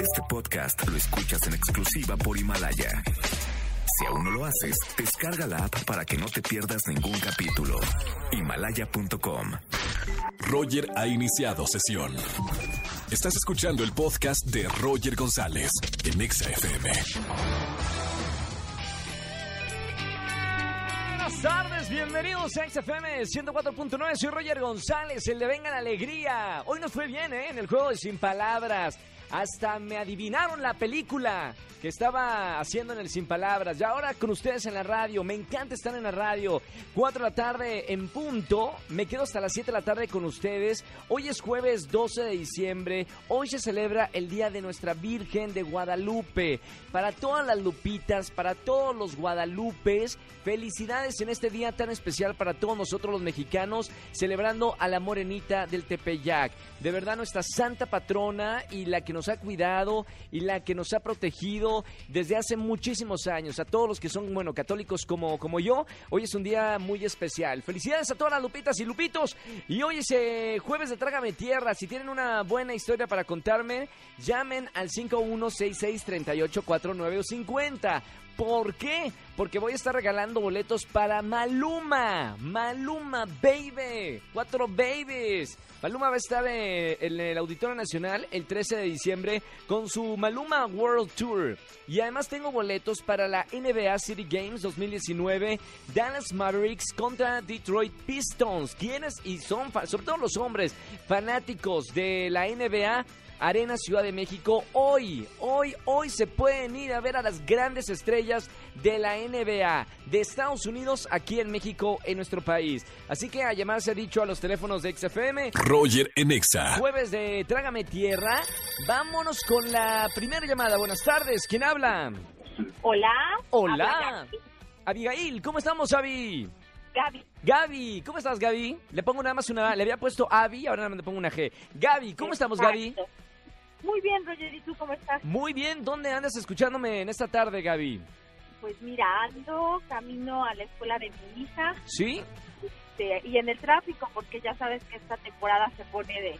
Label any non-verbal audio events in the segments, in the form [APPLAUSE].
Este podcast lo escuchas en exclusiva por Himalaya. Si aún no lo haces, descarga la app para que no te pierdas ningún capítulo. Himalaya.com. Roger ha iniciado sesión. Estás escuchando el podcast de Roger González en Exa FM. Buenas tardes, bienvenidos a XFM 104.9. Soy Roger González, el de Vengan Alegría. Hoy nos fue bien, ¿eh? En el juego de Sin Palabras. Hasta me adivinaron la película que estaba haciendo en el Sin Palabras. Y ahora con ustedes en la radio. Me encanta estar en la radio. 4 de la tarde en punto. Me quedo hasta las 7 de la tarde con ustedes. Hoy es jueves 12 de diciembre. Hoy se celebra el Día de Nuestra Virgen de Guadalupe. Para todas las lupitas, para todos los guadalupes, felicidades en este día tan especial para todos nosotros los mexicanos, celebrando a la morenita del Tepeyac. De verdad, nuestra santa patrona y la que nos ha cuidado y la que nos ha protegido desde hace muchísimos años. A todos los que son, bueno, católicos como, como yo, hoy es un día muy especial. Felicidades a todas las lupitas y lupitos. Y hoy es eh, jueves de Trágame Tierra. Si tienen una buena historia para contarme, llamen al 5166-384950. ¿Por qué? Porque voy a estar regalando boletos para Maluma. Maluma, baby. Cuatro babies. Maluma va a estar eh, en el Auditorio Nacional el 13 de diciembre con su Maluma World Tour. Y además tengo boletos para la NBA City Games 2019, Dallas Mavericks contra Detroit Pistons. ¿Quiénes? Y son, fa- sobre todo los hombres, fanáticos de la NBA. Arena Ciudad de México. Hoy, hoy, hoy se pueden ir a ver a las grandes estrellas de la NBA de Estados Unidos aquí en México, en nuestro país. Así que a llamarse dicho a los teléfonos de XFM. Roger en Exa. Jueves de Trágame Tierra. Vámonos con la primera llamada. Buenas tardes. ¿Quién habla? Hola. Hola. Habla Abigail, ¿cómo estamos, Abby? Gaby. Gaby, ¿cómo estás, Gaby? Le pongo nada más una. Le había puesto Abby, ahora nada más le pongo una G. Gaby, ¿cómo estamos, Gaby? Exacto. Muy bien, Roger, ¿y tú cómo estás? Muy bien, ¿dónde andas escuchándome en esta tarde, Gaby? Pues mira, ando camino a la escuela de mi hija ¿Sí? este, y en el tráfico, porque ya sabes que esta temporada se pone de,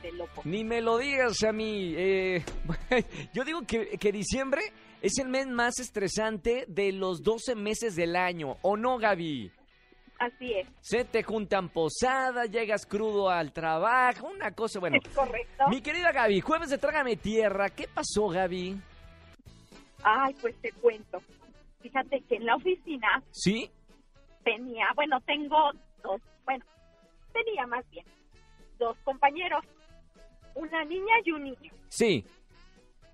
de loco. Ni me lo digas a mí. eh, [LAUGHS] yo digo que, que diciembre es el mes más estresante de los 12 meses del año, ¿o no, Gaby? Así es, Se te juntan posadas, llegas crudo al trabajo, una cosa, bueno. es correcto. Mi querida Gaby, jueves de Trágame Tierra, ¿qué pasó, Gaby? Ay, pues te cuento. Fíjate que en la oficina ¿Sí? tenía, bueno, tengo dos, bueno, tenía más bien dos compañeros, una niña y un niño. Sí.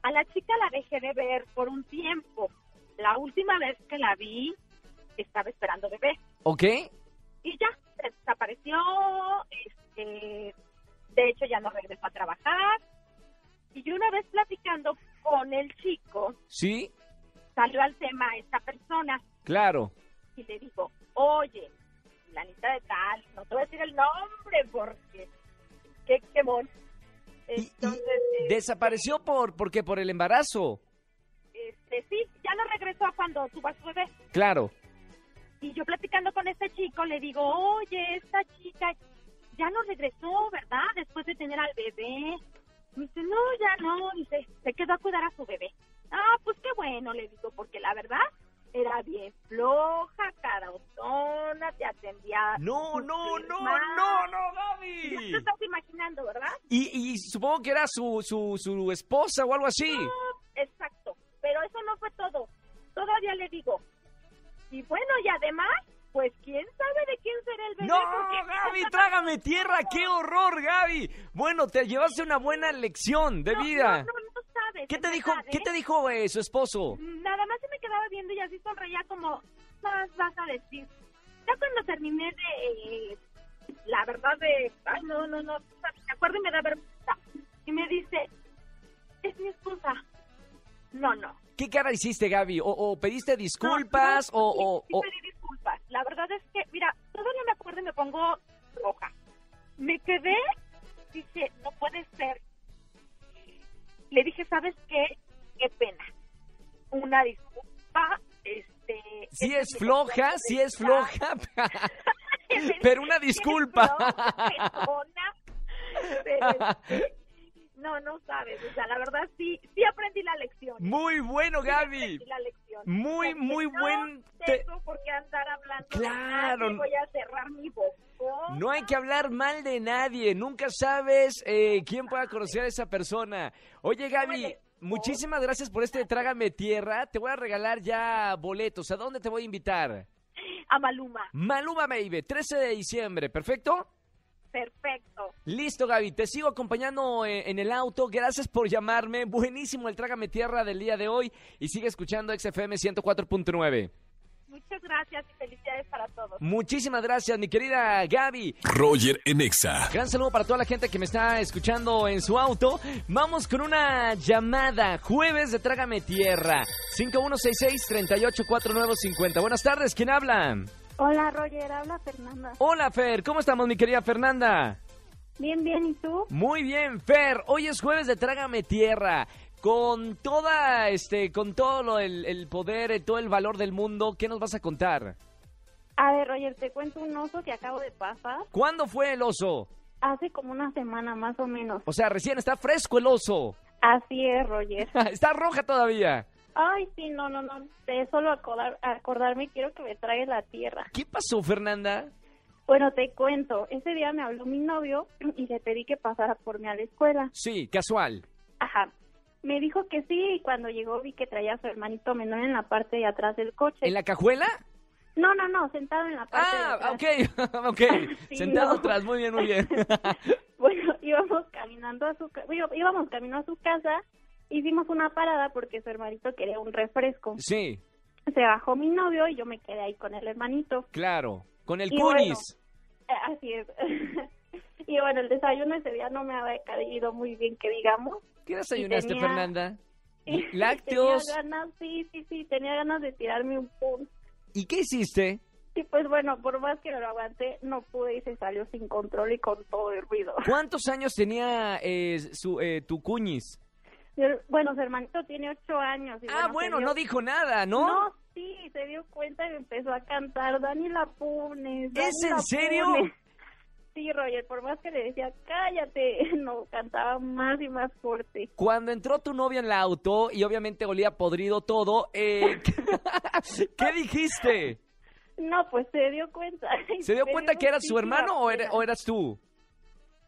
A la chica la dejé de ver por un tiempo. La última vez que la vi, estaba esperando bebé. ¿Ok? Y ya, se desapareció. este, de hecho, ya no regresó a trabajar. Y una vez platicando con el chico, ¿Sí? salió al tema esta persona Claro. y le digo, oye, planita de tal, no te voy a decir el nombre porque qué quemón. Y- y Entonces, eh, desapareció por, ¿por qué? Por el embarazo. este, sí, ya no regresó a cuando tuvo a su bebé. Claro. Y yo platicando con este chico le digo, oye, esta chica ya no regresó, ¿verdad? Después de tener al bebé. Me dice, no, ya no, dice, se quedó a cuidar a su bebé. Ah, pues qué bueno, le digo, porque la verdad era bien floja, carazona, te atendía. No, no, súper no, mal. no, no, Ya Gaby. te estás imaginando, ¿verdad? Y, y supongo que era su, su, su esposa o algo así. Exacto, pero eso no fue todo. Todavía le digo, y bueno, y además, pues quién sabe de quién será el bebé. No, porque- Gaby, trágame tierra, qué horror, Gaby. Bueno, te llevaste una buena lección de No, vida. No, no, no sabes. ¿Qué es te dijo, verdad, qué ¿eh? te dijo eh, su esposo? Nada más se me quedaba viendo y así sonreía como, más vas a decir? Ya cuando terminé de, eh, la verdad de, ay, no, no, no, me acuerdo y me da vergüenza. Y me dice, es mi esposa. No, no. ¿Qué cara hiciste, Gaby? ¿O, o pediste disculpas? No, no, sí, o, sí o- o- pedí disculpas. La verdad es que, mira, todavía me acuerdo y me pongo roja. Me quedé, dije, no puede ser. Le dije, ¿sabes qué? Qué pena. Una disculpa, este... si este es mi floja, recuerdo si de es esta- [LAUGHS] floja. pero una Qué disculpa. [LAUGHS] floja, perdona. Pero, este, no, no sabes. O sea, la verdad sí, sí aprendí la lección. Muy bueno, Sí Gaby. aprendí la lección. Muy, Porque muy no buen te- Tengo por qué andar hablando. de Claro. nadie, Voy a cerrar mi boca. No hay que hablar mal de nadie, nunca sabes eh, quién pueda conocer a esa persona. Oye Gaby, Híjole. muchísimas gracias por este Trágame Tierra, te voy a regalar ya boletos, ¿a dónde te voy a invitar? A Maluma. Maluma Baby, 13 de diciembre, ¿perfecto? Perfecto. Listo Gaby, te sigo acompañando eh, en el auto, gracias por llamarme, buenísimo el Trágame Tierra del día de hoy y sigue escuchando XFM 104.9. Muchas gracias y felicidades para todos. Muchísimas gracias mi querida Gaby. Roger en Exa. Gran saludo para toda la gente que me está escuchando en su auto. Vamos con una llamada. Jueves de Trágame Tierra. 5166-384950. Buenas tardes, ¿quién habla? Hola Roger, habla Fernanda. Hola, Fer. ¿Cómo estamos, mi querida Fernanda? Bien, bien, ¿y tú? Muy bien, Fer. Hoy es jueves de Trágame Tierra. Con toda, este, con todo lo- el, el poder, eh, todo el valor del mundo, ¿qué nos vas a contar? A ver Roger, te cuento un oso que acabo de pasar ¿Cuándo fue el oso? hace como una semana más o menos. O sea, recién está fresco el oso. Así es Roger. [LAUGHS] está roja todavía. Ay, sí, no, no, no, de solo acordar- acordarme quiero que me traes la tierra. ¿Qué pasó, Fernanda? Bueno, te cuento, ese día me habló mi novio y le pedí que pasara por mí a la escuela. Sí, casual. Ajá. Me dijo que sí y cuando llegó vi que traía a su hermanito menor en la parte de atrás del coche. ¿En la cajuela? No, no, no, sentado en la parte de Ah, atrás. ok, ok. [LAUGHS] [LAUGHS] Sí, Sentado no. atrás, muy bien, muy [LAUGHS] bien. Bueno, íbamos caminando a su ca- bueno, íbamos camino a su casa, hicimos una parada porque su hermanito quería un refresco. sí, Se bajó mi novio y yo me quedé ahí con el hermanito. claro. Con el Y bueno. cunis. Eh, Así es. [LAUGHS] y bueno, el desayuno ese día no me había caído muy bien, que digamos. [LAUGHS] ¿Qué desayunaste, tenía- Fernanda? [LAUGHS] Y Lácteos. Tenía ganas, sí, sí, sí, tenía ganas de tirarme un pum. ¿Y qué hiciste? Y pues bueno, por más que no lo aguanté, no pude y se salió sin control y con todo el ruido. [LAUGHS] ¿Cuántos años tenía eh, su, eh, tu cuñis? Yo- Bueno, su hermanito tiene ocho años. y ah, bueno, se dio no dijo nada, ¿no? No, sí, se dio cuenta y me empezó a cantar Dani la Punes. Dani ¿Es en la serio? Punes". [LAUGHS] Sí, Roger, por más que le decía, cállate, [LAUGHS] no, cantaba más y más fuerte. Cuando entró tu novia en la auto y obviamente olía podrido todo, eh, [LAUGHS] ¿qué, qué dijiste? No, pues se dio cuenta. [LAUGHS] ¿Se dio cuenta que era su hermano o, era- era o eras tú?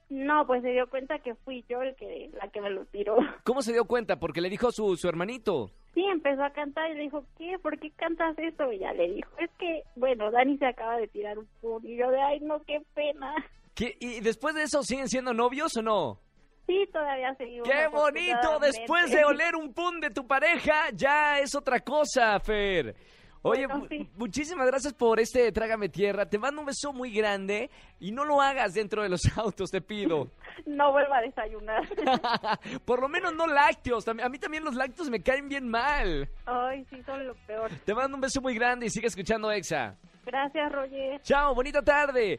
No, pues se dio cuenta que fui yo el que la que me lo tiró. [LAUGHS] ¿Cómo se dio cuenta? Porque le dijo su, su hermanito. Sí, empezó a cantar y le dijo, ¿qué? ¿Por qué cantas eso? Y ya le dijo, es que, bueno, Dani se acaba de tirar un pun. Y yo de, ay, no, qué pena. [LAUGHS] ¿Qué- ¿Y después de eso siguen siendo novios o no? Sí, todavía seguimos. ¡Qué bonito! Después de afortunadamente. oler un pun de tu pareja, ya es otra cosa, Fer. Oye, Bueno, mu- sí. muchísimas gracias por este Trágame Tierra. Te mando un beso muy grande y no lo hagas dentro de los [LAUGHS] autos, te pido. [LAUGHS] [LAUGHS] No vuelva a desayunar. [LAUGHS] por lo menos no lácteos. Tam- A mí también los lácteos me caen bien mal. Ay, sí, son lo peor. Te mando un beso muy grande y sigue escuchando Exa. Gracias, Roger. Chao, bonita tarde.